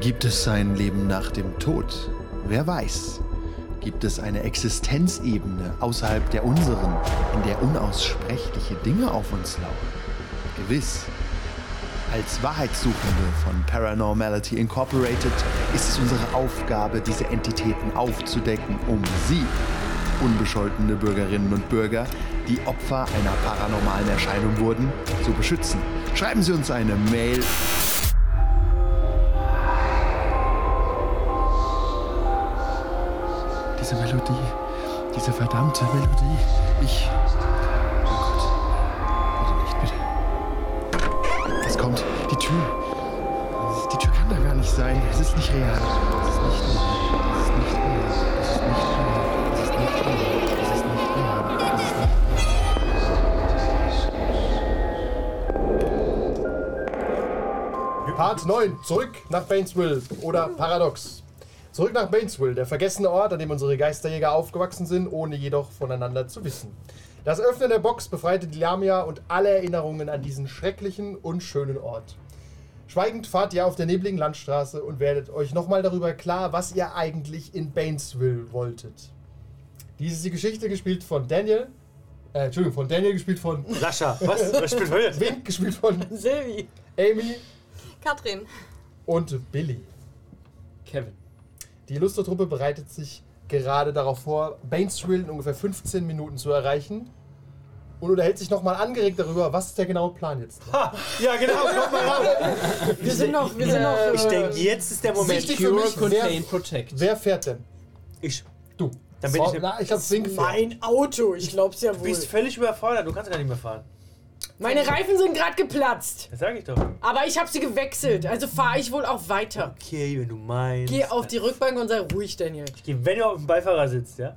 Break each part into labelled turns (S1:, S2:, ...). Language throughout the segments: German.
S1: Gibt es ein Leben nach dem Tod? Wer weiß? Gibt es eine Existenzebene außerhalb der unseren, in der unaussprechliche Dinge auf uns lauern? Gewiss. Als Wahrheitssuchende von Paranormality Incorporated ist es unsere Aufgabe, diese Entitäten aufzudecken, um sie, unbescholtene Bürgerinnen und Bürger, die Opfer einer paranormalen Erscheinung wurden, zu beschützen. Schreiben Sie uns eine Mail Diese Melodie, diese verdammte Melodie. Ich. Oh Gott. Bitte nicht, bitte. Es kommt. Die Tür. Die Tür kann da gar nicht sein. Es ist nicht real. Es ist nicht real. Es ist nicht real. Es ist nicht real. Es ist nicht real. Es ist nicht real. Es ist nicht real.
S2: Part 9, zurück nach Bainesville oder Paradox. Zurück nach Bainesville, der vergessene Ort, an dem unsere Geisterjäger aufgewachsen sind, ohne jedoch voneinander zu wissen. Das Öffnen der Box befreite die Lamia und alle Erinnerungen an diesen schrecklichen und schönen Ort. Schweigend fahrt ihr auf der nebligen Landstraße und werdet euch nochmal darüber klar, was ihr eigentlich in Bainesville wolltet. Dies ist die Geschichte gespielt von Daniel. Äh, Entschuldigung, von Daniel gespielt von
S3: Sascha, was? Was spielt heute?
S2: Wink, gespielt von
S4: Silvi.
S2: Amy
S4: Katrin.
S2: und Billy.
S5: Kevin.
S2: Die Illustro-Truppe bereitet sich gerade darauf vor, Bainesville in ungefähr 15 Minuten zu erreichen und unterhält sich nochmal angeregt darüber, was ist der genaue Plan jetzt.
S3: Ha, ja, genau, komm mal ran.
S4: Wir sind noch, wir sind noch. äh,
S3: Ich denke, jetzt ist der Moment.
S2: Wichtig für
S5: Cure,
S2: mich,
S5: Contain,
S2: wer-
S5: Protect.
S2: Wer fährt denn?
S3: Ich.
S2: Du.
S3: Dann bin
S2: So,
S3: ich-
S2: na, ich hab's Sing gefährt.
S4: Mein Auto, ich glaub's ja
S3: Du
S4: wohl.
S3: bist völlig überfordert, du kannst gar nicht mehr fahren.
S4: Meine Reifen sind gerade geplatzt,
S3: Das sag ich doch.
S4: aber ich habe sie gewechselt, also fahre ich wohl auch weiter.
S3: Okay, wenn du meinst.
S4: Geh auf die Rückbank und sei ruhig, Daniel.
S3: Geh, wenn du auf dem Beifahrer sitzt, ja?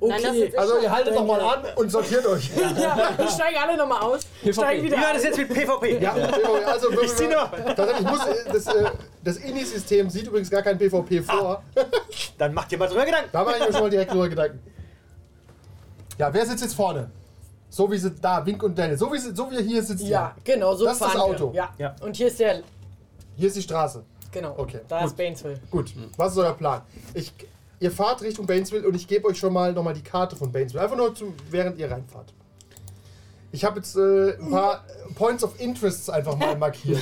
S4: Okay.
S6: Nein, das ist
S2: Also ihr haltet nochmal an und sortiert euch. Ja,
S4: ja, wir steigen alle nochmal aus. Steigen
S3: Wie
S4: wieder
S3: war
S4: ein.
S3: das jetzt mit PvP?
S2: also wir-
S3: Ich zieh noch.
S2: Tatsächlich muss äh, das, äh, das INI-System sieht übrigens gar kein PvP vor.
S3: Dann mach dir mal drüber Gedanken.
S2: Da mache ich mir schon mal direkt drüber Gedanken. Ja, wer sitzt jetzt vorne? So wie sie da, Wink und Daniel. So wie, sie, so wie ihr hier sitzt.
S4: Ja, genau, so
S2: Das ist das
S4: fahren
S2: Auto.
S4: wir. Ja.
S3: Ja.
S4: Und hier ist der,
S2: Hier ist die Straße.
S4: genau,
S2: Okay,
S4: da
S2: gut.
S4: ist Bainesville.
S2: Gut, was ist euer Plan? Ich, ihr fahrt Richtung Bainesville und ich gebe euch schon mal nochmal die Karte von Bainesville. Einfach nur, zum, während ihr reinfahrt. Ich habe jetzt äh, ein paar Points of Interests einfach mal markiert.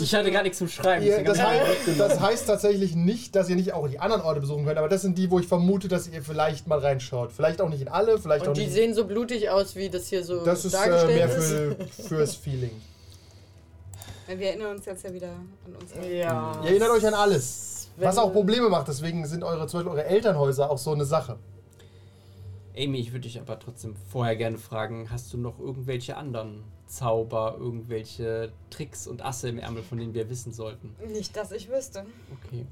S5: Ich hatte gar nichts zum Schreiben.
S2: ihr,
S5: deswegen
S4: genau.
S2: das,
S5: hab ich-
S2: heißt, das heißt tatsächlich nicht, dass ihr nicht auch die anderen Orte besuchen könnt, aber das sind die, wo ich vermute, dass ihr vielleicht mal reinschaut. Vielleicht auch nicht in alle, vielleicht auch
S4: Und die
S2: nicht.
S4: sehen so blutig aus, wie das hier so
S2: Das ist äh,
S4: dargestellt
S2: mehr
S4: ist.
S2: für, fürs Feeling.
S6: Weil wir erinnern uns jetzt ja wieder an unsere.
S4: Ja.
S2: Ihr erinnert euch an alles.
S4: Wenn-
S2: Was auch Probleme macht, deswegen sind eure, zum Beispiel eure Elternhäuser auch so eine Sache.
S5: Amy, ich würde dich aber trotzdem vorher gerne fragen, hast du noch irgendwelche anderen Zauber, irgendwelche Tricks und Asse im Ärmel, von denen wir wissen sollten?
S6: Nicht, dass ich wüsste.
S5: Okay.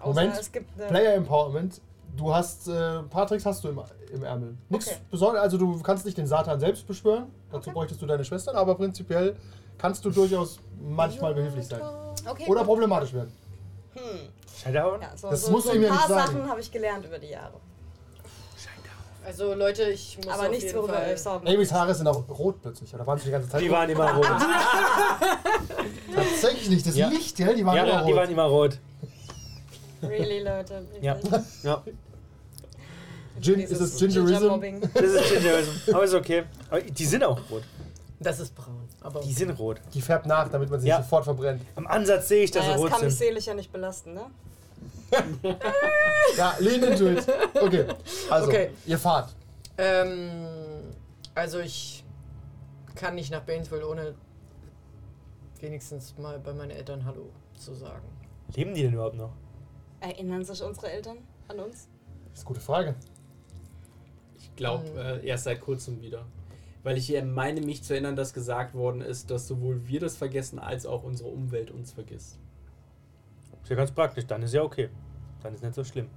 S6: Außer
S2: Moment.
S6: es gibt eine.
S2: Player Empowerment. Du hast, äh, ein paar Tricks hast du im, im Ärmel. Nix
S6: Okay.
S2: Besonderes, also du kannst nicht den Satan selbst beschwören, dazu bräuchtest du deine Schwestern, aber prinzipiell kannst du durchaus manchmal behilflich sein.
S6: Okay,
S2: Oder
S6: gut.
S2: problematisch werden.
S3: Shutdown?
S6: Ja, so,
S2: Das
S6: so,
S2: musst
S6: so
S2: du ihm ja
S6: ein paar
S2: nicht sagen.
S6: Sachen habe ich gelernt über die Jahre.
S4: Also Leute, ich muss
S6: Aber
S4: auf
S6: nichts,
S4: jeden
S6: worüber
S4: Fall-
S6: ihr euch Sorgen
S2: Amy's Haare sind auch rot plötzlich, oder waren sie die ganze Zeit?
S3: Die
S2: rot?
S3: waren immer rot.
S2: Tatsächlich, das
S3: Ja.
S2: Licht, ja, die waren
S3: Ja,
S2: immer
S3: die
S2: rot.
S3: waren immer rot.
S6: Really, Leute.
S3: Ja. ja.
S2: Gin, ist es Gingerism?
S6: Mobbing.
S3: Das ist Gingerism. Aber ist okay. Aber die sind auch rot.
S4: Das ist braun. Aber
S3: Die sind rot.
S2: Die färbt nach, damit man sie
S3: Ja.
S2: nicht sofort verbrennt.
S3: Am Ansatz sehe ich, dass
S6: Naja,
S3: sie
S6: das
S3: rot
S6: kann mich
S3: sind.
S6: seelisch ja nicht belasten, ne?
S2: Ja, lean into it. Okay, also,
S4: Okay.
S2: ihr fahrt.
S4: Ähm, also ich kann nicht nach Bainesville, ohne wenigstens mal bei meinen Eltern Hallo zu sagen.
S3: Leben die denn überhaupt noch?
S6: Erinnern sich unsere Eltern an uns?
S2: Das ist eine gute Frage.
S5: Ich glaube, äh, erst seit kurzem wieder. Weil ich hier meine, mich zu erinnern, dass gesagt worden ist, dass sowohl wir das vergessen, als auch unsere Umwelt uns vergisst.
S3: Ist ja ganz praktisch. Dann ist ja okay. Dann ist nicht so schlimm.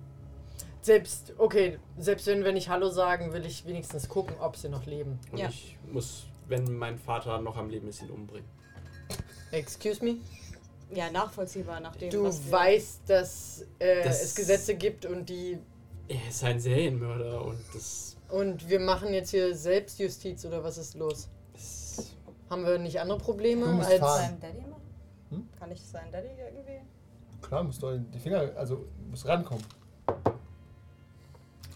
S4: Selbst, okay, selbst wenn wir nicht Hallo sagen, will ich wenigstens gucken, ob sie noch leben.
S5: Und
S6: Ja.
S5: ich muss, wenn mein Vater noch am Leben ist, ihn umbringen.
S4: Excuse me?
S6: Ja, nachvollziehbar nach dem,
S4: Du
S6: was wir-
S4: weißt, dass äh,
S5: Das-
S4: es Gesetze gibt und die.
S5: Er ist ein Serienmörder und das
S4: Und wir machen jetzt hier Selbstjustiz oder was ist los?
S5: ist.
S4: Haben wir nicht andere
S2: Du
S4: Probleme
S2: musst
S4: als.
S2: fahren.
S6: Daddy immer?
S2: Hm?
S6: Kann Kann ich seinen Daddy irgendwie?
S2: Klar, musst du an die Finger, also musst rankommen.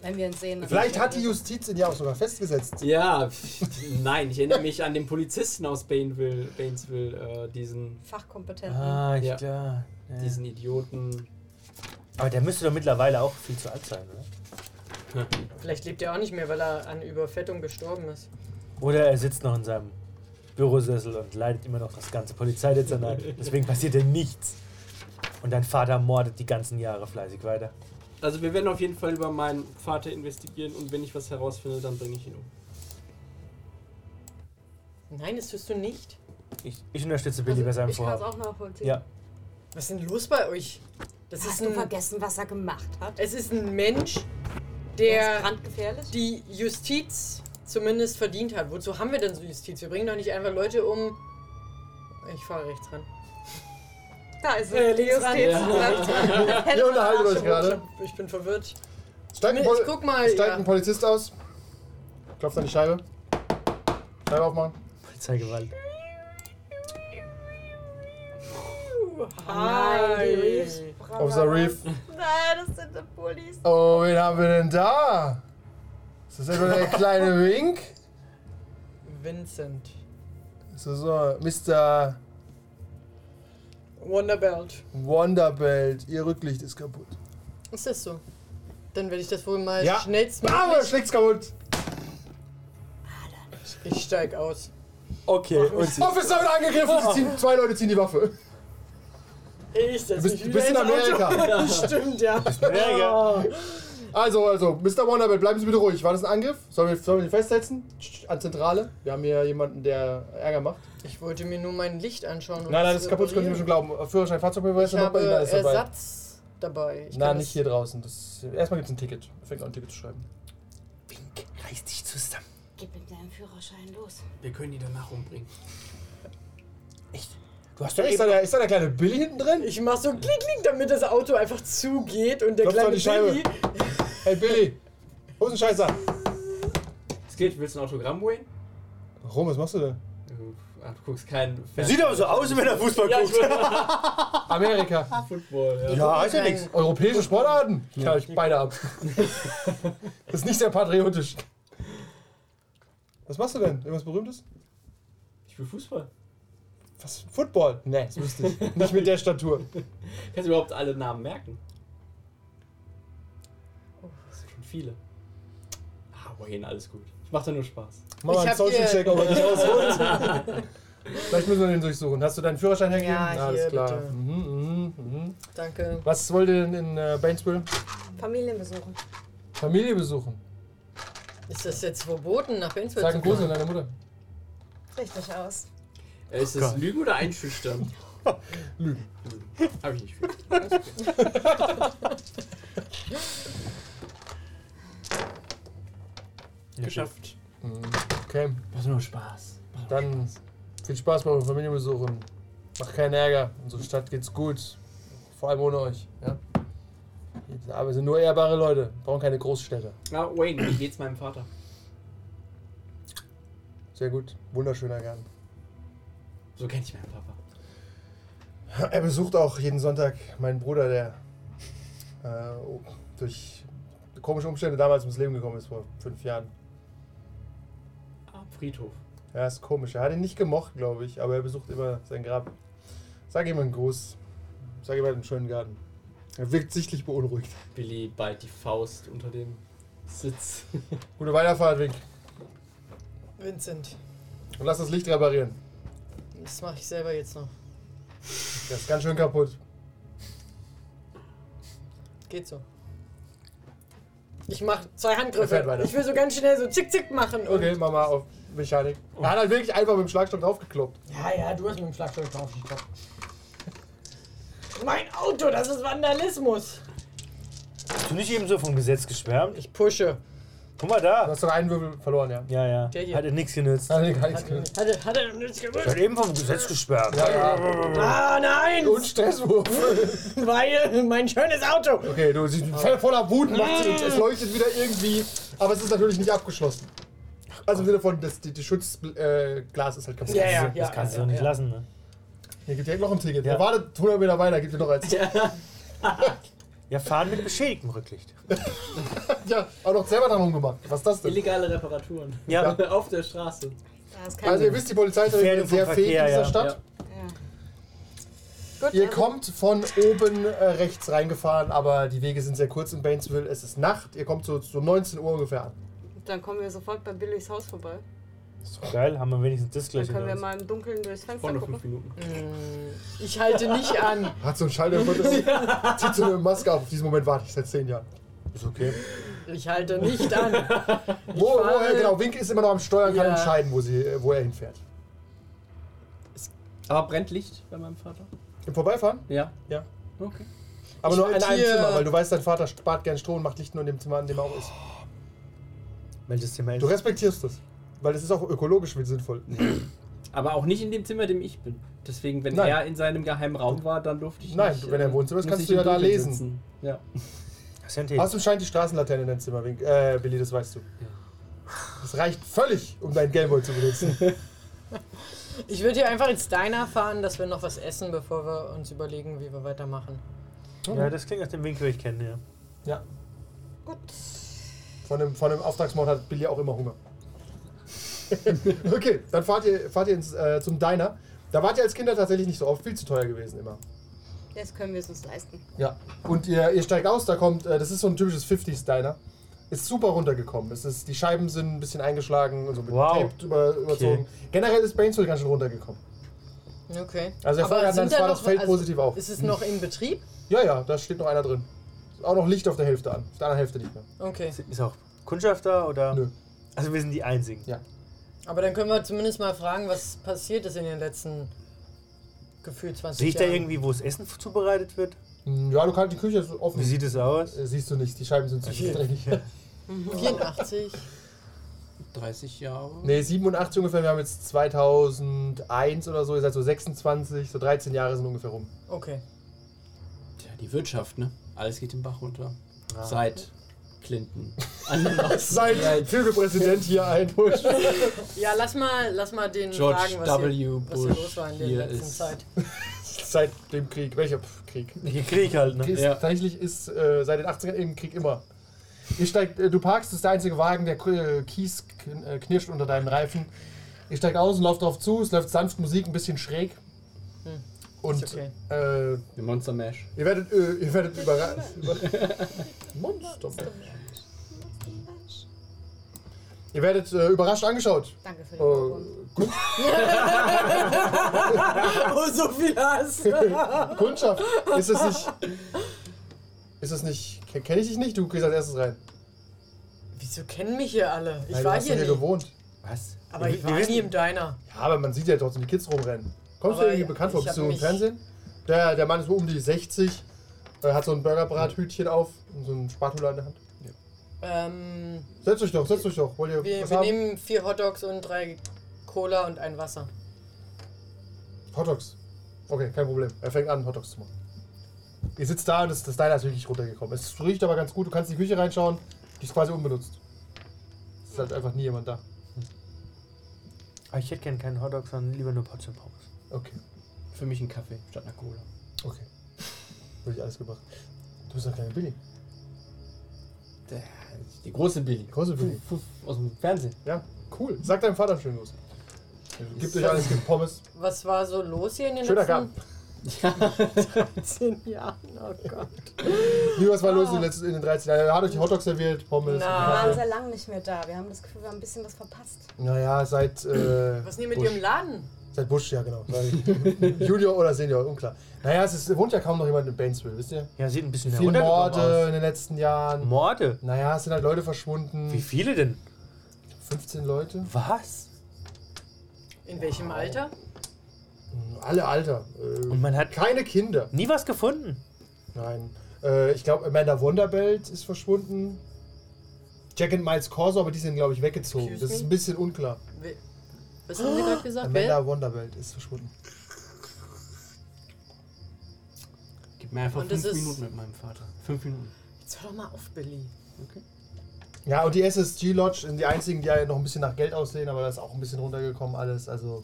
S6: Wenn wir ihn sehen. dann-
S2: Vielleicht hat die Justiz ihn ja auch sogar festgesetzt.
S5: Ja, pff, nein, ich erinnere mich an den Polizisten aus Bainville, Bainesville, äh, diesen,
S6: Fachkompetenten.
S3: Ah, ich
S5: Ja.
S3: klar. Ja.
S5: diesen Idioten.
S3: Aber der müsste doch mittlerweile auch viel zu alt sein, oder?
S4: Vielleicht lebt er auch nicht mehr, weil er an Überfettung gestorben ist.
S3: Oder er sitzt noch in seinem Bürosessel und leidet immer noch das ganze Polizeidezernat. Deswegen passiert ja nichts. Und dein Vater mordet die ganzen Jahre fleißig weiter.
S5: Also wir werden auf jeden Fall über meinen Vater investigieren und wenn ich was herausfinde, dann bringe ich ihn um.
S4: Nein, das tust du nicht.
S3: Ich, Also, ich unterstütze Billy bei seinem
S6: Also, ich kann es
S3: Vorhaben.
S6: auch nachvollziehen.
S3: Ja,
S4: Was ist denn los bei euch? Das
S6: Hast
S4: ist
S6: du
S4: ein,
S6: vergessen, was er gemacht hat?
S4: es ist ein Mensch,
S6: ist
S4: der
S6: brandgefährlich.
S4: die Justiz zumindest verdient hat. Wozu haben wir denn so Justiz? Wir bringen doch nicht einfach Leute um. Ich fahre rechts ran.
S6: da ist
S4: Äh,
S6: es. Die
S4: links
S6: Justiz.
S4: ran.
S6: Ja.
S2: Wir unterhalten uns gerade.
S4: Ich bin verwirrt.
S2: Steigt ein,
S4: Ich
S2: Pol
S4: guck mal.
S2: steigt
S4: Ja.
S2: ein Polizist aus. Klopft an die Scheibe. Scheibe aufmachen.
S3: Polizeigewalt.
S6: Nein, die Reeves.
S4: Hi.
S2: Officer Reef.
S6: Nein, das sind die Bullies.
S2: Oh, wen haben wir denn da? Ist das etwa der kleine Wink?
S4: Vincent.
S2: Ist das so Mr.
S4: Wonderbelt.
S2: Wonderbelt? Ihr Rücklicht ist kaputt.
S4: Ist das so? Dann werde ich das wohl mal
S2: Ja. Bam, er
S4: schnellstmöglich.
S2: schlägt's kaputt.
S4: Ich steig aus.
S3: Okay, und sie.
S2: Officer wird angegriffen.
S4: Oh.
S2: Sie ziehen, zwei Leute ziehen die Waffe.
S4: Ich setze
S2: Du bist, du bist in Amerika.
S4: Stimmt, ja.
S3: Ja, ja.
S2: Also, also, Mr. Wonderbelt, bleiben Sie bitte ruhig. War das ein Angriff? Sollen wir, sollen wir ihn festsetzen? An Zentrale? Wir haben hier jemanden, der Ärger macht.
S4: Ich wollte mir nur mein Licht anschauen. und
S2: Nein, nein, das ist kaputt, das können Sie mir schon
S4: reparieren.
S2: glauben. Führerschein, Fahrzeugbeweis,
S4: Ich habe
S2: Notbeil, da ist dabei.
S4: Ersatz dabei. Ich
S2: Na,
S4: kann
S2: nicht
S4: es-
S2: hier draußen. Das, erstmal gibt's ein Ticket. Fängt an, ein Ticket zu schreiben.
S3: Reiß dich zusammen.
S6: Gib ihm deinen Führerschein los.
S5: Wir können ihn danach umbringen.
S3: Echt? Du hast doch
S2: Ist da,
S3: eben.
S2: der, ist da der kleine Billy hinten drin?
S4: Ich mach so klick, klick, damit das Auto einfach zugeht und der
S2: Klopft
S4: kleine
S2: an die Scheibe.
S4: Billy.
S2: Hey Billy, Hosenscheißer.
S5: Es geht, willst du ein Autogramm, Wayne?
S2: Warum, was machst du denn?
S5: Äh, Ach, du guckst keinen
S3: Der sieht aber so aus, wenn er Fußball
S5: Ja, ich
S3: guckt.
S5: will
S2: Amerika.
S5: Football, ja.
S3: Ja,
S4: ist ja
S3: nix.
S4: nix.
S2: Europäische Sportarten? Ich knall euch beide ab. Das ist nicht sehr patriotisch. Was machst du denn? Irgendwas Berühmtes?
S5: Ich will Fußball.
S2: Was? Football? Nee, das wüsste ich. Nicht mit der Statur.
S5: Kannst du überhaupt alle Namen merken? Oh, Das sind schon viele. Ah, Wayne, alles gut. Ich mach da nur Spaß.
S2: Mach
S4: Ich
S2: mal einen
S4: hab
S2: Social-Check,
S4: hier-
S2: ob er dich rausholt. Vielleicht müssen wir den durchsuchen. Hast du deinen Führerschein hergegeben?
S4: Ja, hier,
S2: Alles klar.
S4: bitte.
S2: Mhm, mhm, mhm.
S4: Danke.
S2: Was wollt ihr denn in äh, Bainesville?
S6: Familien besuchen.
S2: Familie besuchen.
S4: Ist das jetzt verboten, nach Benzfeld
S2: Sag einen Gruß an
S4: fahren?
S2: deine Mutter.
S6: Richtig aus.
S5: Äh, Ist das Lügen oder Einschüchtern?
S2: Lügen.
S5: Hab ich nicht viel. Geschafft.
S2: Mhm. Okay.
S5: Mach nur Spaß.
S2: Dann viel Spaß bei euren Familienbesuchen. Macht keinen Ärger. Unsere Stadt geht's gut. Vor allem ohne euch. Ja? Aber wir sind nur ehrbare Leute. Brauchen keine Großstädte.
S5: Na, Ah, Wayne, wie geht's meinem Vater?
S2: Sehr gut. Wunderschöner Garten.
S5: So kenne ich meinen Papa.
S2: Er besucht auch jeden Sonntag meinen Bruder, der äh, durch komische Umstände damals ums Leben gekommen ist, vor fünf Jahren.
S5: Am Friedhof.
S2: Ja, ist komisch. Er hat ihn nicht gemocht, glaube ich, aber er besucht immer sein Grab. Sag ihm einen Gruß. Sag ihm halt einen schönen Garten. Er wirkt sichtlich beunruhigt.
S5: Billy ballt die Faust unter dem Sitz.
S2: Gute Weiterfahrt, Wink.
S4: Vincent,
S2: Und lass das Licht reparieren.
S4: das mache ich selber jetzt noch.
S2: Das ist ganz schön kaputt.
S4: Geht so. Ich mache zwei
S2: Er fährt
S4: Handgriffe.
S2: weiter.
S4: Ich will so ganz schnell so zick zick machen. und-
S2: Okay, mach mal auf Mechanik. Er hat halt wirklich einfach mit dem Schlagstock draufgekloppt.
S4: Ja, ja, du hast mit dem Schlagzeug drauf Mein Auto, das ist Vandalismus.
S3: Hast du nicht eben so vom Gesetz geschwärmt?
S4: Ich pushe.
S3: Guck mal
S2: Du
S3: da.
S2: hast doch einen Würfel verloren, ja.
S3: Ja, ja.
S4: Der hier.
S3: Hat er nichts genützt.
S2: Nein, gar nichts gehört.
S4: Hatte, hatte er nichts
S3: Ich
S4: gewusst.
S3: hat eben vom Gesetz gesperrt.
S2: Ja, ja.
S4: Ah, nein!
S2: Und Stresswurf.
S4: Weil mein schönes Auto.
S2: Okay, du siehst voller Wut. macht's und Es leuchtet wieder irgendwie. Aber es ist natürlich nicht abgeschlossen. Also im Sinne von, das, die, die Schutzglas äh, Glas ist halt kaputt.
S4: Ja, ja,
S3: Das kannst du doch nicht lassen, ne?
S2: Hier gibt direkt noch ein Ticket.
S3: Ja.
S2: Er wartet 100 Meter weiter, gibt dir noch eins.
S3: Ja, fahren mit beschädigtem Rücklicht.
S2: Ja, auch noch selber dran rumgemacht. Was ist das denn?
S5: Illegale Reparaturen.
S3: Ja.
S5: Auf der Straße.
S6: Da ist kein
S2: Also ihr wisst, die Polizei ist
S3: Gefährdung
S2: sehr
S3: vom
S2: fähig in
S3: Verkehr,
S2: dieser
S3: ja.
S2: Stadt.
S5: Ja.
S6: Ja. Gut,
S2: Ihr
S6: also-
S2: kommt von oben äh, rechts reingefahren, aber die Wege sind sehr kurz in Bainesville. Es ist Nacht. Ihr kommt so, so 19 Uhr ungefähr an.
S6: Dann kommen wir sofort bei Billys Haus vorbei.
S3: Ist doch geil, haben wir wenigstens das
S6: Dann
S3: gleich
S6: können wir
S3: hinter uns.
S6: mal im Dunkeln durchs Fenster
S5: Vor noch fünf
S6: gucken.
S5: Minuten.
S4: Mm, Ich halte nicht an.
S2: Hat so einen Schall, der zieht so eine Maske auf. Auf diesen Moment warte ich seit 10 Jahren.
S3: Ist okay.
S4: Ich halte nicht an.
S2: Wo, woher,
S4: fahre-
S2: genau, Wink ist immer noch am Steuern, kann
S4: Ja.
S2: entscheiden, wo, sie, äh, wo er hinfährt.
S5: Aber brennt Licht bei meinem Vater?
S2: Im Vorbeifahren?
S5: Ja.
S2: Ja.
S5: Okay.
S2: Aber
S4: Ich
S2: nur in
S4: würd
S2: einem
S4: hier-
S2: Zimmer, weil du weißt, dein Vater spart gern Strom und macht Licht nur in dem Zimmer, in dem er auch ist.
S3: Welches Thema ist?
S2: Du respektierst das. Weil es ist auch ökologisch sinnvoll.
S5: Aber auch nicht in dem Zimmer, in dem ich bin. Deswegen, wenn
S2: Nein.
S5: er in seinem geheimen Raum war, dann durfte ich
S2: Nein,
S5: nicht. äh,
S2: wenn er im Wohnzimmer ist,
S5: muss
S2: kannst
S5: ich
S2: du ja
S5: im
S2: da
S5: Dunkeln
S2: lesen.
S5: sitzen. Ja.
S3: Ascente.
S2: Außerdem scheint die Straßenlaterne in dein Zimmer, Wink. Äh, Billy, das weißt du. Das reicht völlig, um deinen Gameboy zu benutzen.
S4: Ich würde hier einfach ins Diner fahren, dass wir noch was essen, bevor wir uns überlegen, wie wir weitermachen.
S3: Ja, das klingt nach dem Winkel, den ich kenne, ja.
S2: Ja.
S6: Gut.
S2: Von dem, von dem Auftragsmord hat Billy auch immer Hunger. okay, dann fahrt ihr, fahrt ihr ins, äh, zum Diner. Da wart ihr als Kinder tatsächlich nicht so oft, viel zu teuer gewesen immer.
S6: Jetzt können wir es uns leisten.
S2: Ja. Und ihr, ihr steigt aus, da kommt, äh, das ist so ein typisches 50s Diner. Ist super runtergekommen. Es ist, die Scheiben sind ein bisschen eingeschlagen und so mit
S3: Wow.
S2: Tape über, überzogen. Generell ist Bainesville ganz schön runtergekommen.
S4: Okay.
S2: Also der
S4: Aber
S2: Fahrrad-
S4: sind
S2: das
S4: da
S2: war
S4: noch- also
S2: das Feld positiv auf.
S4: Ist es noch in Betrieb?
S2: Ja, ja, da steht noch einer drin. Ist auch noch Licht auf der Hälfte an. Auf der anderen Hälfte nicht mehr.
S4: Okay.
S3: Ist- Ist auch Kundschafter oder?
S2: Nö.
S3: Also wir sind die Einzigen.
S2: Ja.
S4: Aber dann können wir zumindest mal fragen, was passiert ist in den letzten gefühlt 20
S3: Sehe ich da
S4: Jahren.
S3: irgendwie, wo das Essen zubereitet wird?
S2: Hm, Ja, du kannst, die Küche ist offen.
S3: Wie sieht es aus?
S2: Äh, Siehst du nicht, die Scheiben sind zu viel dreckig.
S4: 84.
S5: 30 Jahre.
S2: Nee, 87 ungefähr, wir haben jetzt 2001 oder so, ihr seid so 26, so 13 Jahre sind ungefähr rum.
S4: Okay.
S5: Tja, die Wirtschaft, ne? Alles geht den Bach runter.
S3: Ah.
S5: Seit Clinton. Anders.
S2: Sein Vögelpräsident hier ein Busch.
S4: Ja, lass mal, lass mal den
S5: George
S4: fragen, was,
S5: W.
S4: hier, was hier
S5: Bush
S4: los war in der
S5: hier
S4: letzten
S5: ist-
S4: Zeit.
S2: Seit dem Krieg. Welcher Pff, Krieg?
S3: Hier Krieg halt, ne?
S2: Ist,
S5: Ja.
S2: Tatsächlich ist äh, seit den 80ern im Krieg immer. Ihr steigt, äh, du parkst, das ist der einzige Wagen, der äh, Kies kn- äh, knirscht unter deinen Reifen. Ihr steigt aus und lauft drauf zu, es läuft sanft Musik, ein bisschen schräg. Und
S4: Hm. Ist okay.
S2: äh,
S5: Die Monster Mash.
S2: ihr werdet, äh, ihr werdet überrascht. Über Monster. Ihr werdet äh, überrascht angeschaut.
S6: Danke für
S2: Äh,
S6: den Kuchen.
S2: Kund
S4: Oh, so viel Hass!
S2: Kundschaft, ist es nicht. Ist es nicht. Kenne ich dich nicht? Du gehst als erstes rein.
S4: Wieso kennen mich hier alle? Ich
S2: Nein, du
S4: war
S2: hast
S4: hier
S2: doch
S4: nie.
S2: gewohnt.
S3: Was?
S4: Aber
S3: Wir-
S4: ich
S3: wir
S4: war
S3: wissen-
S4: nie im Diner.
S2: Ja, aber man sieht ja trotzdem die Kids rumrennen. Kommst du dir
S4: Aber
S2: irgendwie bekannt vor?
S4: ich
S2: Bist
S4: hab
S2: du im
S4: mich-
S2: Fernsehen? Der, der Mann ist so um die 60, äh, hat so ein Burgerbrathütchen auf und so ein Spatula in der Hand.
S4: Ähm,
S2: Setzt euch doch, setzt euch doch. Wollt ihr
S4: wir
S2: was
S4: wir
S2: haben?
S4: nehmen vier Hotdogs und drei Cola und ein Wasser.
S2: Hotdogs. Okay, kein Problem. Er fängt an, Hotdogs zu machen. Ihr sitzt da und das, das Diner ist wirklich runtergekommen. Es riecht aber ganz gut. Du kannst in die Küche reinschauen. Die ist quasi unbenutzt. Es ist halt einfach nie jemand da.
S3: Aber Ah, ich hätte gern keinen Hotdog, sondern lieber nur Potsdam Pommes.
S2: Okay.
S5: Für mich ein Kaffee statt einer Cola.
S2: Okay. Würde ich alles gebracht. Du bist doch kleine Billy.
S5: Der, die große Billy.
S2: Also, Große Billy.
S5: Puff, puff, aus dem Fernsehen.
S2: Ja, cool. Sag deinem Vater schön los. Gibt euch alles, gibt Pommes.
S4: Was war so los hier in den
S2: Schöner Garten.
S4: letzten 10 Jahren? Oh Gott. Oh.
S2: Wie was war los in den, letzten, in den 13 Jahren? Er hat euch die Hotdogs serviert, Pommes.
S4: Na.
S6: Wir waren
S2: Kaffee.
S6: sehr lang nicht mehr da. Wir haben das Gefühl, wir haben ein bisschen was verpasst.
S2: Naja, seit. Äh,
S4: Was ist denn hier mit
S2: Bush.
S4: ihrem Laden?
S2: Seit Bush, ja, genau. Seit Junior oder Senior, unklar. Naja, es ist, wohnt ja kaum noch jemand in Bainesville, wisst ihr?
S3: Ja, sieht ein bisschen
S2: Viele
S3: heruntergekommen
S2: Morde in den letzten
S3: aus.
S2: Jahren.
S3: Morde?
S2: Naja, es sind halt Leute verschwunden.
S3: Wie viele denn?
S2: 15 Leute?
S3: Was?
S4: In welchem Alter?
S2: Alle Alter. Äh,
S3: Und man hat
S2: keine Kinder.
S3: nie was gefunden.
S2: Nein. Äh, ich glaube, Amanda Wonderbelt ist verschwunden. Jack and Miles Corso, aber die sind, glaube ich, weggezogen.
S4: Excuse
S2: das ist
S4: me?
S2: ein bisschen unklar.
S4: We- Was haben Sie gerade gesagt?
S2: Amanda Wonderbelt ist verschwunden.
S5: Gib mir einfach
S4: Und das
S5: fünf
S4: ist-
S5: Minuten mit meinem Vater. Fünf Minuten.
S4: Wer? Jetzt hör doch mal auf, Billy.
S2: Ja, und die SSG Lodge sind die einzigen, die ja noch ein bisschen nach Geld aussehen, aber da ist auch ein bisschen runtergekommen alles. Also,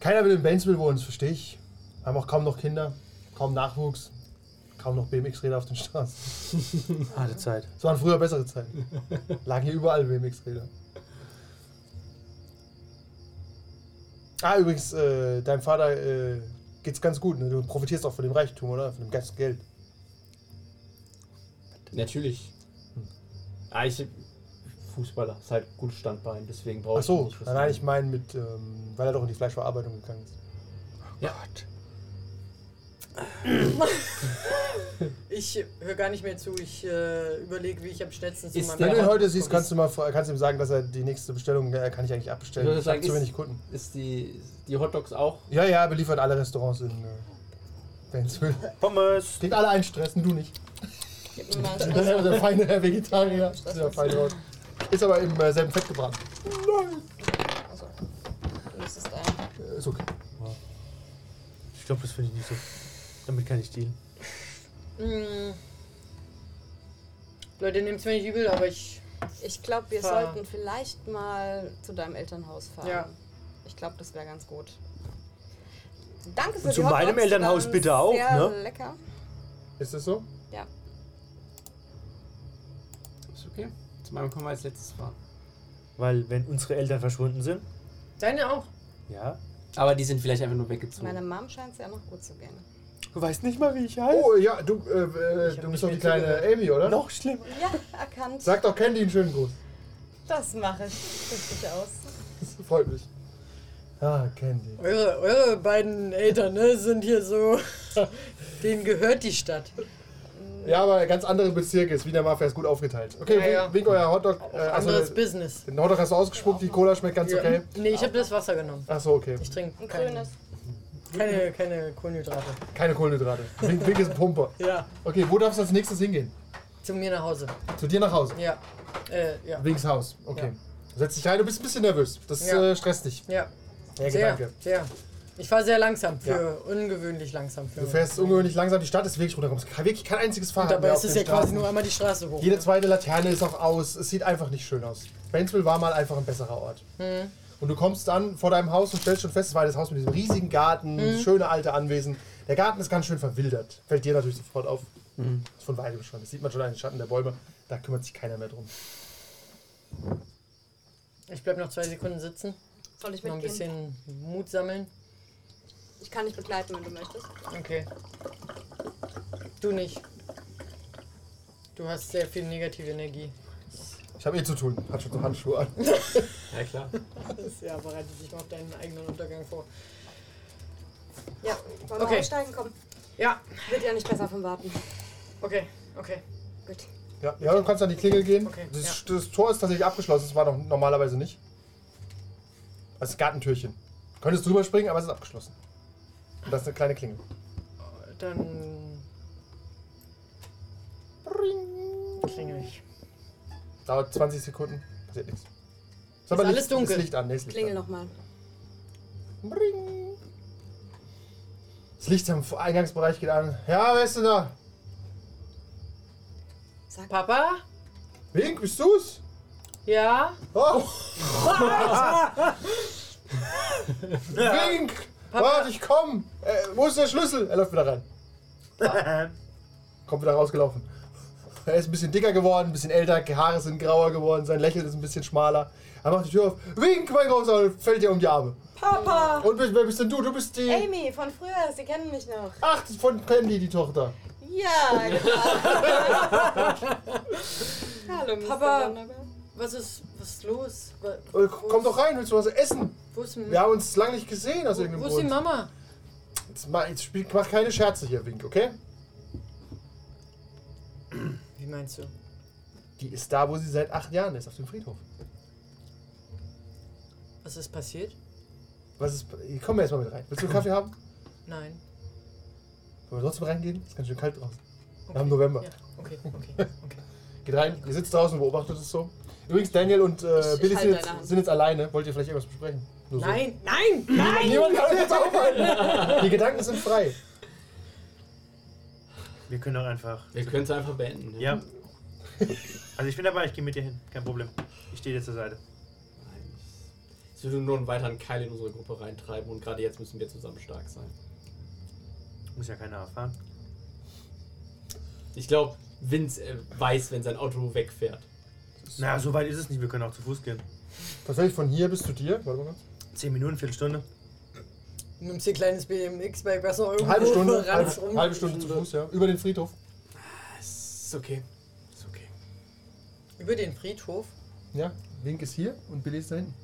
S2: keiner will in Bainesville wohnen, das verstehe ich. Haben auch kaum noch Kinder, kaum Nachwuchs, kaum noch BMX-Räder auf den Straßen.
S3: Harte Zeit.
S2: Es waren früher bessere Zeiten. Lagen hier überall BMX-Räder. Ah, übrigens, äh, deinem Vater äh, geht's ganz gut. Ne? Du profitierst auch von dem Reichtum, oder? Von dem ganzen Geld.
S5: Natürlich. Ah, ich. Fußballer ist halt gut Standbein, deswegen brauche
S2: Ach so,
S5: ich.
S2: nein, nein, ich meine mit, ähm, weil er doch in die Fleischverarbeitung gegangen ist.
S4: Ich höre gar nicht mehr zu. Ich äh, überlege, wie ich am schnellsten zu
S5: Ist
S2: Wenn
S5: Ja,
S2: du ihn
S5: aber-
S2: heute siehst, kannst du mal, fra- kannst ihm sagen, dass er die nächste Bestellung äh, kann ich eigentlich abbestellen.
S5: Ich würde
S2: Ich habe
S5: sagen,
S2: zu
S5: ist-
S2: wenig Kunden.
S5: Ist die, die Hotdogs auch?
S2: Ja, ja, er beliefert alle Restaurants in äh, Bensville.
S3: Pommes!
S2: Kriegt alle einen Stress, und du nicht.
S6: Gib mir mal
S2: Das ist
S6: Stress.
S2: aber der feine Vegetarier. Das ist, ja fein raus. ist aber im äh, selben Fett gebrannt.
S6: Also, du bist es da.
S2: Äh, Ist okay.
S3: Ich glaube, das finde ich nicht so. Damit kann ich dealen.
S4: Mm. Leute, nehmt es mir nicht übel, aber ich.
S6: Ich glaube, wir
S4: Fahr.
S6: sollten vielleicht mal zu deinem Elternhaus fahren.
S4: Ja.
S6: Ich glaube, das wäre ganz gut. Danke für
S3: Und
S6: die
S3: zu meinem
S6: Hotdogs, die
S3: Elternhaus
S6: waren
S3: bitte auch,
S6: sehr
S3: ne?
S6: lecker.
S2: Ist das so?
S6: Ja.
S5: Ist okay. Zu meinem kommen wir als letztes fahren.
S3: Weil, wenn unsere Eltern verschwunden sind,
S4: Deine auch.
S3: ja.
S5: Aber die sind vielleicht einfach nur weggezogen.
S6: Meiner Mom scheint es ja noch gut zu gehen.
S3: Du weißt nicht mal, wie ich heiße.
S2: Oh ja, du, äh, äh,
S4: Ich
S2: du
S4: hab nicht
S2: bist doch die
S4: mehr
S2: kleine Amy, oder?
S3: Noch schlimmer.
S6: Ja, erkannt.
S2: Sag doch Candy einen schönen Gruß.
S6: Das mache ich richtig aus.
S2: Das freut mich. Ah, Candy.
S4: Eure, eure beiden Eltern ne, sind hier so. Denen gehört die Stadt.
S2: Ja, aber ganz andere Bezirke ist. Wiener Mafia ist gut aufgeteilt. Okay,
S4: Ja, ja.
S2: wink, wink euer Hotdog. Äh, also,
S4: Anderes Business.
S2: den Hotdog hast du ausgespuckt, die Cola schmeckt ganz
S4: Ja.
S2: okay.
S4: Nee, ich habe das Wasser genommen.
S2: Ach so, okay.
S4: Ich trinke
S6: Ein grünes.
S4: Keine, keine Kohlenhydrate.
S2: Keine Kohlenhydrate. Wink, wink ist ein Pumper.
S4: Ja.
S2: Okay, wo darfst du als nächstes hingehen?
S4: Zu mir nach Hause.
S2: Zu dir nach Hause.
S4: Ja. Äh, ja.
S2: Winks Haus. Okay.
S4: Ja.
S2: Setz dich rein, du bist ein bisschen nervös. Das
S4: Ja.
S2: äh, stresst dich.
S4: Ja.
S2: Der
S4: Sehr,
S2: Gedanke.
S4: sehr. Ich fahre sehr langsam für,
S2: Ja.
S4: ungewöhnlich langsam für.
S2: Du fährst ungewöhnlich langsam die Stadt ist wirklich runtergekommen. Es ist wirklich kein einziges Fahrrad
S4: Dabei
S2: mehr
S4: ist
S2: auf
S4: es ja
S2: den
S4: quasi
S2: Straßen.
S4: nur einmal die Straße hoch.
S2: Jede
S4: ne?
S2: zweite Laterne ist auch aus. Es sieht einfach nicht schön aus. Bensville war mal einfach ein besserer Ort.
S4: Hm.
S2: Und du kommst an vor deinem Haus und stellst schon fest, es war das Haus mit diesem riesigen Garten,
S4: Hm.
S2: das schöne alte Anwesen. Der Garten ist ganz schön verwildert. Fällt dir natürlich sofort auf.
S4: Hm.
S2: Ist von weitem schon. Das sieht man schon an den Schatten der Bäume. Da kümmert sich keiner mehr drum.
S4: Ich bleib noch zwei Sekunden sitzen,
S6: Soll ich
S4: noch ein
S6: mitgehen?
S4: bisschen Mut sammeln.
S6: Ich kann dich begleiten, wenn du möchtest.
S4: Okay. Du nicht. Du hast sehr viel negative Energie.
S2: Ich habe eh zu tun. Hat schon so Handschuhe an.
S5: Ja, klar.
S4: Ja, bereite dich mal auf deinen eigenen Untergang vor.
S6: Ja, wollen wir
S4: Okay.
S6: aussteigen? Komm.
S4: Ja,
S6: Wird ja nicht besser vom Warten.
S4: okay, okay.
S6: Gut.
S2: Ja, ja, du kannst an die Klingel gehen.
S4: Okay,
S2: Das, das Tor ist tatsächlich abgeschlossen. Das war doch normalerweise nicht. Das Gartentürchen. Du könntest drüber springen, aber es ist abgeschlossen. Und das ist eine kleine Klingel.
S4: Dann klingel ich.
S2: Dauert 20 Sekunden, passiert nichts. Ist,
S4: alles
S2: Licht,
S4: dunkel.
S2: Ist Licht an, nee, ist Licht
S6: Klingel
S2: an.
S6: nochmal.
S2: Bring. Das Licht am Eingangsbereich geht an. Ja, wer ist denn da?
S6: Sag
S4: Papa?
S2: Wink, bist du's?
S4: Ja?
S2: Oh. Wink! Warte, ich komm! Äh, wo ist der Schlüssel? Er läuft wieder rein. Kommt wieder rausgelaufen. Er ist ein bisschen dicker geworden, ein bisschen älter, die Haare sind grauer geworden, sein Lächeln ist ein bisschen schmaler. Er macht die Tür auf. Wink, mein Großer, und fällt dir um die Arme.
S6: Papa!
S2: Und wer wer bist denn du? Du bist die.
S6: Amy, von früher, Sie kennen mich noch.
S2: Ach, das ist von Candy, die Tochter.
S6: Ja, genau. Hallo, Mr.
S4: Papa.
S6: Wunderbar.
S4: Was ist, was ist los? Wa-
S2: Äh, Komm doch rein, willst du was essen?
S4: Wo ist,
S2: Wir haben uns lange nicht gesehen aus
S4: wo,
S2: irgendeinem
S4: wo ist die
S2: Grund.
S4: Mama?
S2: Jetzt mach, jetzt spiel, mach keine Scherze hier, Wink, okay?
S4: Wie meinst du?
S2: Die ist da, wo sie seit acht Jahren ist, auf dem Friedhof.
S4: Was ist passiert?
S2: Was ist. Komm erst mal mit rein. Willst du einen Kaffee haben?
S4: Nein.
S2: Wollen wir trotzdem reingehen? Ist ganz schön kalt draußen.
S4: Okay.
S2: Wir haben November.
S4: Ja, okay, okay, okay.
S2: Geht rein, ihr sitzt draußen und beobachtet es so. Übrigens, Daniel und äh,
S6: ich
S2: Billy
S6: halte
S2: sind,
S6: deine Hand.
S2: jetzt, sind jetzt alleine. Wollt ihr vielleicht irgendwas besprechen? Nur so.
S4: Nein, nein, nein!
S2: Niemand kann uns jetzt aufhalten. Die Gedanken sind frei.
S7: Wir können auch einfach.
S5: Wir können es einfach beenden.
S7: Ja. Also ich bin dabei, ich gehe mit dir hin. Kein Problem. Ich stehe dir zur Seite.
S5: Nein. Es würde nur einen weiteren Keil in unsere Gruppe reintreiben und gerade jetzt müssen wir zusammen stark sein.
S7: Muss ja keiner erfahren.
S5: Ich glaube, Vince äh, weiß, wenn sein Auto wegfährt.
S7: Na, so weit ist es nicht. Wir können auch zu Fuß gehen.
S2: Tatsächlich von hier bis zu dir. Warte mal ganz.
S7: Zehn Minuten, Viertelstunde.
S4: Du nimmst dir ein kleines BMX-Bike, was noch irgendwo
S2: Halbe Stunde,
S4: ranz
S2: halbe, halbe Stunde zu Fuß, ja. Über den Friedhof.
S5: Ist okay. Ist okay.
S4: Über den Friedhof.
S2: Ja, Wink ist hier und Billy ist da hinten.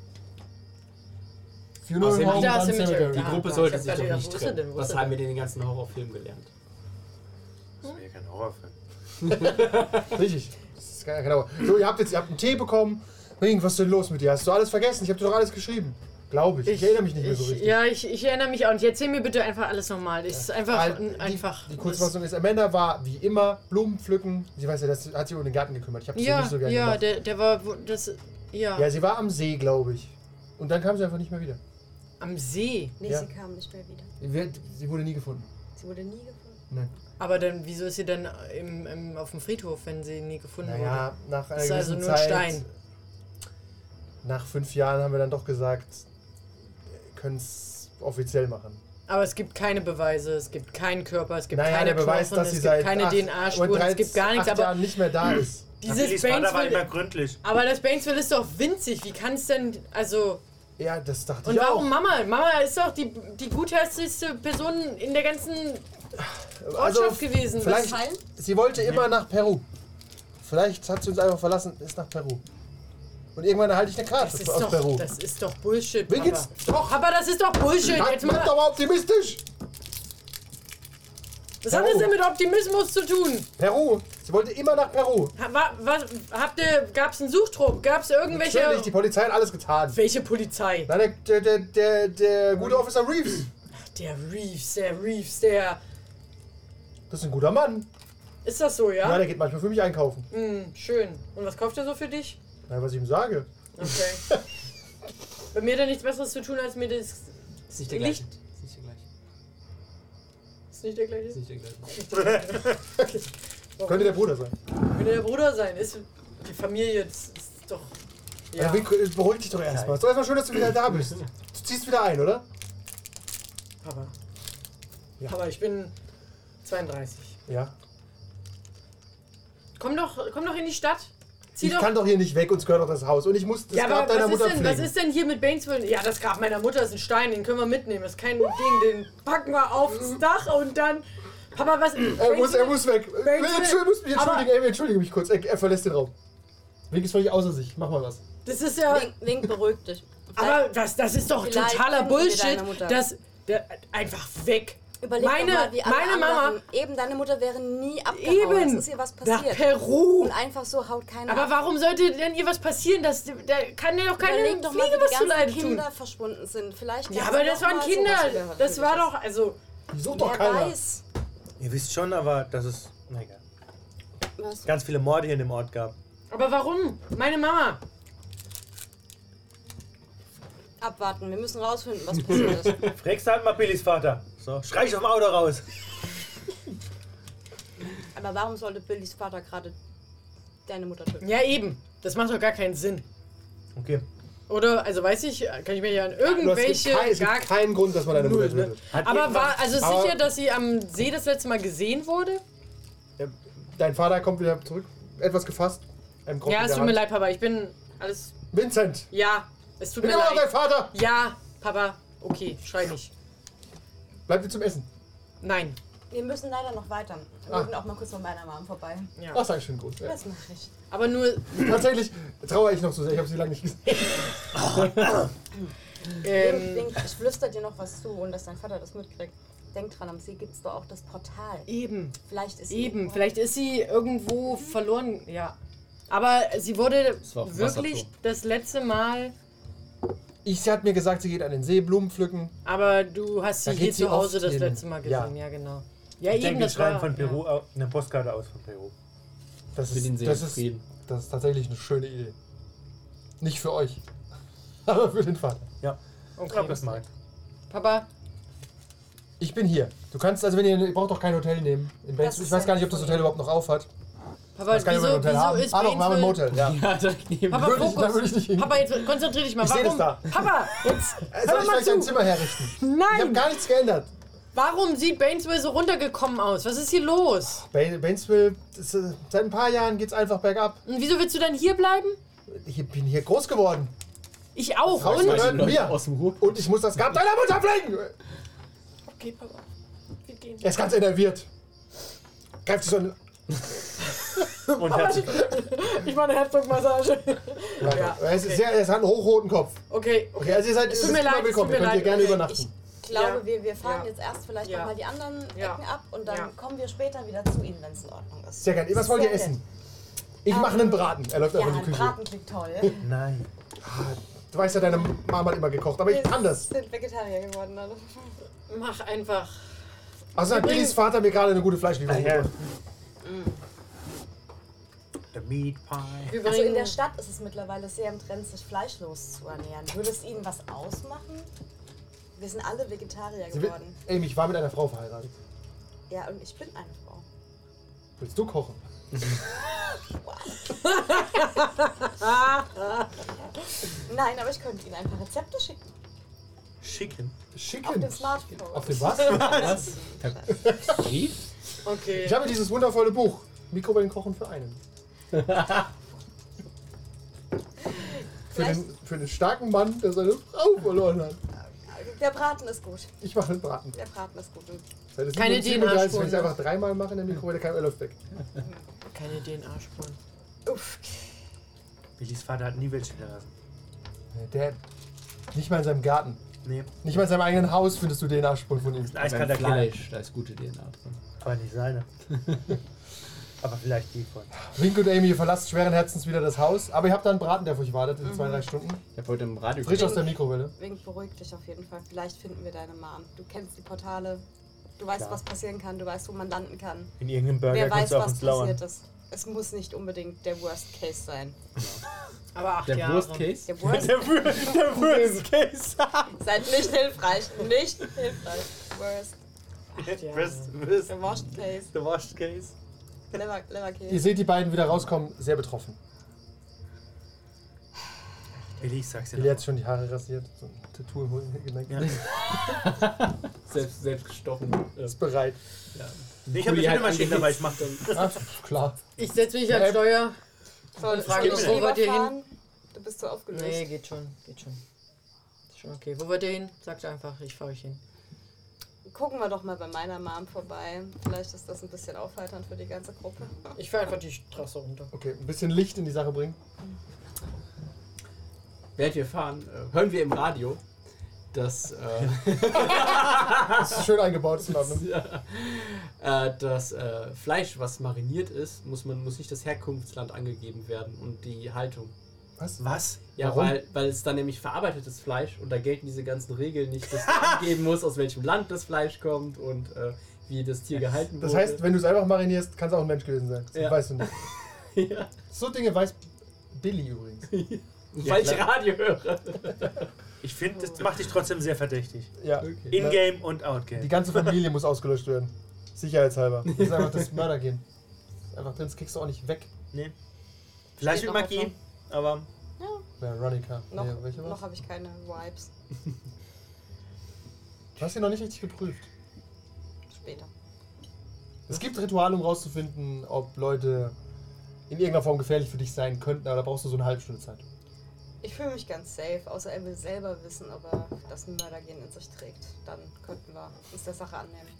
S5: Außerdem-
S2: Home,
S5: Ach,
S4: da
S2: dann
S4: ist Cemetery.
S5: Die
S4: Ah,
S5: Gruppe
S4: ich
S5: sollte
S4: hab
S5: sich
S4: grad
S5: doch
S4: wieder-
S5: nicht
S4: wo ist er denn,
S5: trennen.
S4: wo ist
S5: Was
S4: er
S5: haben wir
S4: denn?
S5: denn den ganzen Horrorfilm gelernt?
S7: Das wäre ja kein Horrorfilm.
S2: Richtig. Das ist gar- genau. So, ihr habt jetzt ihr habt einen Tee bekommen. Wink, was ist denn los mit dir? Hast du alles vergessen? Ich habe dir doch alles geschrieben. Glaube ich. Ich, erinnere mich nicht mehr so
S4: ich,
S2: richtig.
S4: Ja, ich, ich erinnere mich auch nicht. Erzähl mir bitte einfach alles nochmal. Es ist einfach
S2: Al-
S4: n- einfach.
S2: Halt, Die Kurzfassung ist, Amanda war wie immer Blumen pflücken. Sie weiß ja, das hat sich um den Garten gekümmert. Ich habe das
S4: ja,
S2: nicht so gerne
S4: ja,
S2: gemacht.
S4: der, der war wo- das ja,
S2: Ja, sie war am See, glaube ich. Und dann kam sie einfach nicht mehr wieder.
S4: am See.
S6: Nee,
S2: Ja.
S6: sie kam nicht mehr wieder.
S2: Sie wird- Sie wurde nie gefunden.
S6: Sie wurde nie gefunden.
S2: Nein.
S4: Aber dann wieso ist sie dann äh, im, im, auf dem Friedhof, wenn sie nie gefunden
S2: Naja, nach einer
S4: Ist also
S2: gewissen
S4: nur ein
S2: Zeit,
S4: Stein.
S2: Nach fünf Jahren haben wir dann doch gesagt, können es offiziell machen.
S4: wurde? Aber es gibt keine Beweise, es gibt keinen Körper, es gibt
S2: naja,
S4: keine
S2: der Beweis,
S4: Knochen,
S2: dass sie
S4: es
S2: seit
S4: gibt keine
S2: acht-
S4: DNA-Spuren, es
S2: seit
S4: gibt gar nichts.
S2: acht
S4: Aber Hm.
S2: Jahren nicht mehr da ist.
S4: dieses
S7: Vater war immer
S4: Bainesville,
S7: gründlich.
S4: aber das Bainesville ist doch winzig. Wie kann es denn also?
S2: Ja, das dachte
S4: Und
S2: ich
S4: warum
S2: auch.
S4: Mama? Mama ist doch die die gutherzigste Person in der ganzen Ortschaft gewesen.
S2: Also, Vielleicht,
S6: Weshalb?
S2: sie wollte immer nach Peru. Vielleicht hat sie uns einfach verlassen, ist nach Peru. Und irgendwann erhalte ich eine Karte
S4: Das ist,
S2: aus Peru.
S4: doch, das ist doch Bullshit,
S2: Wie geht's?
S4: Papa. Doch, aber das ist doch Bullshit.
S2: Bleib-
S4: Jetzt
S2: bleib
S4: mal,
S2: doch mal optimistisch!
S4: was hat das
S2: Peru.
S4: denn mit Optimismus zu tun?
S2: Peru! Sie wollte immer nach Peru.
S4: Ha, wa, was, habt ihr, gab's einen Suchtrupp? Gab's irgendwelche...
S2: Natürlich, die Polizei hat alles getan.
S4: welche Polizei?
S2: Nein, der, der, der, der gute Officer Reeves.
S4: Der Reeves, der Reeves, der...
S2: Das ist ein guter Mann.
S4: Ist das so,
S2: Ja,
S4: ja?
S2: der geht manchmal für mich einkaufen.
S4: Ah. Hm, schön. Und was kauft er so für dich?
S2: Na, was ich ihm sage.
S4: Okay. Bei mir hat er nichts Besseres zu tun, als mir das...
S5: Ist nicht der
S4: Nicht-
S5: gleiche. Ist nicht der gleiche.
S4: Ist nicht der
S5: Ist
S4: gleiche?
S5: nicht der gleiche.
S2: Könnte der Bruder sein.
S4: Könnte der Bruder sein. Ist die Familie, das ist doch...
S2: Ja.
S4: Ja.
S2: Wink, beruhig dich doch erstmal. Ist doch erstmal schön, dass du wieder da bist. Du ziehst wieder ein, oder?
S4: Papa.
S2: Ja.
S4: Papa, ich bin 32.
S2: Ja.
S4: Komm doch, komm doch in die Stadt. Zieh
S2: Ich
S4: doch.
S2: kann doch hier nicht weg, uns gehört doch das Haus. Und ich muss das
S4: ja,
S2: Grab
S4: aber
S2: deiner
S4: was ist,
S2: Mutter
S4: denn, was
S2: pflegen.
S4: ist denn hier mit Bainesville? Ja, das Grab meiner Mutter ist ein Stein, den können wir mitnehmen. Das ist kein Ding, den packen wir aufs
S6: Mhm.
S4: Dach und dann. Papa, was.
S2: er, muss, er muss weg.
S4: Bainesville-
S2: Entschuldigung, entschuldigung, muss mich
S4: Aber-
S2: entschuldigen. Amy, entschuldige mich kurz. Er, er verlässt den Raum. Wink ist völlig außer sich. Mach mal was.
S4: Das ist ja.
S6: Wink, Wink beruhigt dich.
S4: Aber das, das ist doch
S6: äh, Vielleicht
S4: totaler
S6: finden wir deine
S4: Bullshit.
S6: Mutter.
S4: Das. Der, einfach weg.
S6: Überleg
S4: meine
S6: doch mal, wie alle
S4: meine Mama.
S6: anderen. Eben, deine Mutter wäre nie abgehauen.
S4: Eben.
S6: Es ist ihr was
S4: nach
S6: passiert.
S4: Peru.
S6: Und einfach so haut keiner
S4: Aber
S6: ab.
S4: warum sollte denn ihr was passieren? Das, da kann ja doch keine Fliege
S6: Überleg doch mal, wie die
S4: was zu
S6: ganzen
S4: leiden tun.
S6: Kinder verschwunden sind. Vielleicht
S4: Ja,
S6: kannst
S4: aber
S6: du
S4: das
S6: noch
S4: waren
S6: mal sowas
S4: Kinder.
S6: hören.
S4: Das war doch, also,
S2: Die sucht doch
S6: Wer
S2: keiner.
S6: weiß,
S7: Ihr wisst schon, aber dass es na egal.
S6: was
S7: ganz viele Morde hier in dem Ort gab.
S4: aber warum? Meine Mama.
S6: abwarten. Wir müssen rausfinden, was passiert ist.
S7: Fragst halt mal Billys Vater. So, schrei ich auf dem Auto raus.
S6: Aber warum sollte Billys Vater gerade deine Mutter töten?
S4: Ja, eben. Das macht doch gar keinen Sinn.
S7: Okay.
S4: Oder, also weiß ich, kann ich mir ja an
S2: Du hast es
S4: irgendwelche.
S2: gibt kein, es
S4: gar
S2: gibt keinen Grund, dass man deine Mutter
S4: Null, ne?
S2: tötet.
S7: Hat
S4: aber
S7: irgendwas-
S4: war, also ist
S2: aber-
S4: sicher, dass sie am See das letzte Mal gesehen wurde?
S2: Ja, Dein Vater kommt wieder zurück. Etwas gefasst. Einem Krog
S4: ja,
S2: in
S4: es
S2: der
S4: tut mir
S2: Hand.
S4: leid, Papa. Ich bin alles.
S2: Vincent!
S4: Ja, es tut
S2: Bin
S4: mir
S2: immer noch dein
S4: leid.
S2: Vater!
S4: Ja, Papa. Okay, schrei nicht.
S2: Bleib dir zum Essen.
S4: Nein.
S6: Wir müssen leider noch weiter. Wir
S2: Ah.
S6: würden auch mal kurz von meiner Mom vorbei.
S4: Ja.
S2: Ach, sag schön gut. Ja.
S6: Das mache ich.
S4: Aber nur,
S2: Tatsächlich trauere ich noch so sehr. Ich habe sie lange nicht gesehen.
S6: Wink,
S4: ähm,
S6: wink, ich flüster dir noch was zu und dass dein Vater das mitkriegt. Denk dran, am See gibt es doch auch das Portal.
S4: eben.
S6: Vielleicht ist
S4: Eben, vielleicht ist sie irgendwo verloren, ja. Aber sie wurde
S5: war auf dem
S4: wirklich
S5: Wasserturm.
S4: das letzte Mal,
S2: Ich, sie hat mir gesagt, sie geht an den See Blumen pflücken.
S4: aber du hast sie
S2: Da
S4: hier
S2: geht sie
S4: zu Hause
S2: oft
S4: das
S2: hin.
S4: letzte Mal
S2: Ja.
S4: gesehen, ja, genau. Ja,
S7: ich
S4: eben
S7: denke, wir
S4: das war,
S7: schreiben von Peru au- eine Postkarte aus von Peru.
S2: Das
S5: Für den
S2: ist, das, ist,
S5: Seelenfrieden.
S2: das ist tatsächlich eine schöne Idee. Nicht für euch, aber für den Vater.
S7: Ja,
S4: Ja.
S7: ich glaube,
S4: Okay.
S7: das mag.
S4: Papa,
S2: Ich bin hier. Du kannst, also wenn ihr, ihr braucht doch kein Hotel nehmen. In
S6: Das
S2: Bainesville.
S6: ist
S2: Ich weiß gar nicht, ob
S6: ja
S2: das Hotel überhaupt noch auf hat.
S4: Papa,
S2: Ich weiß gar nicht, ob
S4: wieso,
S2: wir ein Hotel
S4: wieso
S2: haben.
S4: ist
S2: Ah, doch, wir haben ein
S4: Bainesville...
S2: Motel. Ja.
S5: Ja, direkt neben.
S4: Papa,
S2: Würde ich- da
S4: Fokus.
S2: würde ich nicht hin.
S4: Papa, jetzt konzentrier dich mal.
S2: Ich seh
S4: Warum?
S2: das
S4: Papa, jetzt
S2: Soll
S4: hör
S2: ich
S4: mal
S2: vielleicht ein
S4: zu.
S2: Zimmer herrichten? Ich habe
S4: Nein,
S2: gar nichts geändert.
S4: Warum sieht Bainesville so runtergekommen aus? Was ist hier los?
S2: Bain- Bainesville, das, äh, seit ein paar Jahren geht's einfach bergab.
S4: Und wieso willst du dann hier bleiben?
S2: Ich bin hier groß geworden.
S4: Ich auch.
S2: Raus
S4: Und?
S2: mit
S5: Leute
S2: Leuten mir.
S5: aus dem Ruhr.
S2: Und ich muss das Grab deiner Mutter pflegen.
S4: Okay, pass auf. Wir gehen.
S2: Er ist ganz enerviert. Greift sich so ein.
S7: Und herzlich.
S4: Ich mache eine Herzdruckmassage. ja,
S2: Er, ist sehr, er ist, hat einen hochroten Kopf.
S4: okay.
S2: Okay, also ihr seid
S4: Es
S2: ihr
S4: tut
S2: seid
S4: mir
S2: immer
S4: leid, es
S2: willkommen. Ihr
S4: tut mir
S2: könnt hier
S4: leid.
S2: gerne
S4: Okay,
S2: übernachten.
S6: Ich glaube,
S4: Ja.
S6: wir, wir fahren
S4: Ja.
S6: jetzt erst vielleicht
S4: Ja.
S6: nochmal die anderen
S4: Ja.
S6: Ecken ab und dann
S4: Ja.
S6: kommen wir später wieder zu Ihnen, wenn es in Ordnung ist.
S2: Sehr gerne. Was wollt ihr
S6: Sehr
S2: essen? Ich mache
S4: Ähm,
S2: einen Braten. Er läuft
S6: Ja,
S2: einfach in
S6: ein
S2: die Küche.
S6: Braten klingt toll.
S3: Nein.
S2: Du weißt ja, deine Mama hat immer gekocht, aber ich
S6: Wir
S2: anders.
S6: sind Vegetarier geworden dann.
S4: Mach einfach.
S2: Außerdem hat Billys Vater mir gerade eine gute Fleischlieferung
S7: Ja.
S2: gemacht.
S4: Mm.
S7: The Meat Pie.
S4: Wir
S6: Also in der
S4: bringen-
S6: Stadt ist es mittlerweile sehr im Trend, sich fleischlos zu ernähren. Würde es Ihnen was ausmachen? Wir sind alle Vegetarier
S2: Sie will,
S6: geworden.
S2: Amy, ich war mit einer Frau verheiratet.
S6: Ja, und ich bin eine Frau.
S2: Willst du kochen?
S6: Nein, aber ich könnte Ihnen ein paar Rezepte schicken.
S7: Schicken.
S6: Auf
S2: Schicken.
S6: dem Smartphone.
S2: Auf dem was?
S5: Was? Wie?
S4: Okay.
S2: Ich habe dieses wundervolle Buch. Mikrowellen kochen für einen. für,
S6: Vielleicht-
S2: den, für den starken Mann, der seine Frau verloren hat.
S6: Der Braten ist gut.
S2: Ich mache einen Braten.
S6: Der Braten ist gut.
S2: Weil das
S4: Keine
S2: sind nur 37, Wenn ich es
S4: DNA-Spuren. ne?
S2: einfach dreimal mache in der Mikrowelle, kein Öl läuft weg.
S4: Keine DNA-Spuren.
S6: Uff.
S7: Billys Vater hat nie welche hinterlassen.
S2: Der nicht mal in seinem Garten.
S7: Nee,
S2: Nicht mal in seinem eigenen Haus findest du DNA-Spuren von ihm.
S7: ein
S5: Beim
S7: eiskalter Killer.
S5: Fleisch, da ist gute DNA drin.
S7: Aber nicht seine. Aber vielleicht die von.
S2: Link und Amy, ihr verlasst schweren Herzens wieder das Haus. Aber ihr habt da einen Braten, der auf euch wartet in zwei,
S5: Mhm.
S2: drei Stunden.
S5: Ich habe heute im Radio
S2: Frisch aus
S5: gehört.
S2: der Mikrowelle.
S6: Wink, beruhig dich auf jeden Fall. Vielleicht finden wir deine Mom. Du kennst die Portale. Du weißt,
S7: Klar.
S6: was passieren kann. Du weißt, wo man landen kann.
S7: In irgendeinem Burger
S6: Wer
S7: kannst
S6: weiß,
S7: du auf
S6: was
S7: uns lauern.
S6: passiert ist. Es muss nicht unbedingt der Worst Case sein.
S4: Aber acht
S5: Der
S4: Jahre.
S5: Worst Case?
S6: Der Worst
S7: Wor- der Worst Case.
S6: Seid nicht hilfreich. Nicht hilfreich. Worst.
S4: Acht Jahre.
S7: worst, worst,
S6: The worst case.
S7: the worst case.
S6: Never, never case.
S2: Ihr seht die beiden wieder rauskommen, sehr betroffen.
S7: Billy, ich sag's dir
S2: Billy
S7: noch.
S2: hat schon die Haare rasiert. So ein Tattoo im Hosen gelenkt.
S7: Ja.
S5: Selbst, selbst gestochen. Äh,
S2: Ist bereit.
S5: ja.
S7: Ich habe
S5: Uli
S7: eine
S5: hat
S7: Schnittmaschine dabei, ich mach
S5: angefixt.
S7: das.
S2: Ah, klar.
S4: Ich setze mich ans Steuer.
S6: Soll
S4: Frage
S6: ich
S7: ist,
S4: wo wollt ihr hin?
S6: fahren? Du bist so aufgelöst.
S4: Nee, geht schon. Geht schon. Ist schon okay. Wo wollt ihr hin? Sagt einfach, ich fahre euch hin.
S6: Gucken wir doch mal bei meiner Mom vorbei. Vielleicht ist das ein bisschen aufheiternd für die ganze Gruppe.
S4: Ich fahre einfach die Straße runter.
S2: Okay, ein bisschen Licht in die Sache bringen.
S5: Während wir fahren, äh, hören wir im Radio, dass, äh,
S2: Das ist schön eingebaut, ist in Ordnung.
S5: äh, das äh, Fleisch, was mariniert ist, muss man muss nicht das Herkunftsland angegeben werden und die Haltung.
S2: Was?
S7: Was?
S5: Ja,
S2: Warum?
S5: weil weil es dann nämlich verarbeitetes Fleisch und da gelten diese ganzen Regeln nicht, dass du angeben musst, aus welchem Land das Fleisch kommt und äh, wie das Tier gehalten wurde.
S2: Das heißt, wenn du es einfach marinierst, kann es auch ein Mensch gewesen sein. Das
S5: Ja.
S2: weißt du nicht.
S5: ja,
S2: So Dinge weiß Billy übrigens.
S5: weil ich
S7: klar.
S5: Radio höre.
S7: Ich finde, das macht dich trotzdem sehr verdächtig.
S2: Ja.
S7: In-game und
S2: Die
S7: out-game.
S2: ganze Familie muss ausgelöscht werden. Sicherheitshalber. Das ist einfach das Mördergehen. Das ist Einfach drin, das kriegst du auch nicht weg.
S7: Nee. Vielleicht
S6: Steht
S7: mit
S6: noch
S7: Magie, aber
S2: Veronica.
S6: Noch,
S2: Nee, welche
S6: noch
S2: war's?
S6: habe ich keine Vibes.
S2: Du hast sie noch nicht richtig geprüft.
S6: Später.
S2: Es gibt Rituale, um rauszufinden, ob Leute in irgendeiner Form gefährlich für dich sein könnten, aber da brauchst du so eine halbe Stunde Zeit.
S6: Ich fühle mich ganz safe, außer er will selber wissen, ob er das Mördergehen in sich trägt. Dann könnten wir uns der Sache annehmen.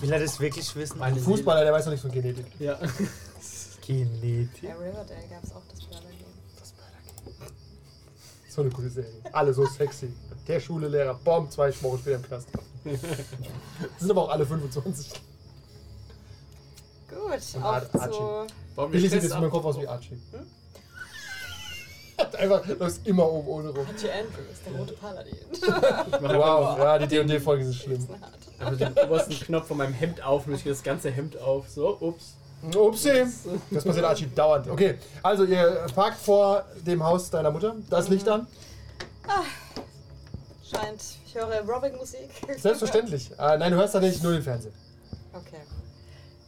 S7: will er das wirklich wissen?
S5: Meine
S2: Ein Fußballer, der weiß noch nichts von Genetik.
S5: Ja.
S7: Genetik.
S6: Bei Riverdale gab es auch das Mördergehen.
S2: So eine coole Serie. Alle so sexy. Der Schulelehrer, bomb, zwei Wochen später im Knast. sind aber auch alle 25.
S6: Gut,
S2: Und
S6: auf
S2: Ar-
S6: zu...
S5: Warum
S2: Billy sieht
S5: stellst
S2: jetzt
S5: du
S2: in meinem Kopf aus wie Archie. Einfach läuft immer oben ohne rum.
S6: Archie Andrews, der rote Paladin.
S5: ab? Ich mach
S2: Wow, ja, die D&D-Folgen sind schlimm.
S5: einfach den obersten Knopf von meinem Hemd auf, löse ich das ganze Hemd auf. So, ups.
S2: Upsi. Das passiert Archie dauernd. Okay, also ihr parkt vor dem Haus deiner Mutter. Da ist Licht an.
S6: Scheint, ich höre Robbing-Musik.
S2: Selbstverständlich. Äh, nein, du hörst tatsächlich nur den Fernseher.
S6: Okay.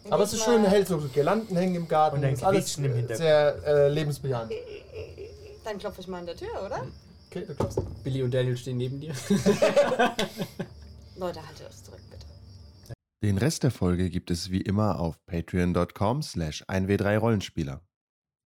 S2: Aber es ist schön hell, so Girlanden hängen im Garten.
S7: Und ein
S2: ist alles
S7: Quietschen im Hintergrund.
S2: sehr äh, lebensbejahend.
S6: Dann klopfe
S2: Hm.
S6: ich mal an der Tür, oder?
S2: Okay, du klopfst.
S5: Billy und Daniel stehen neben dir.
S6: Leute, haltet euch zurück, bitte.
S1: Den Rest der Folge gibt es wie immer auf patreon.com slash 1w3rollenspieler.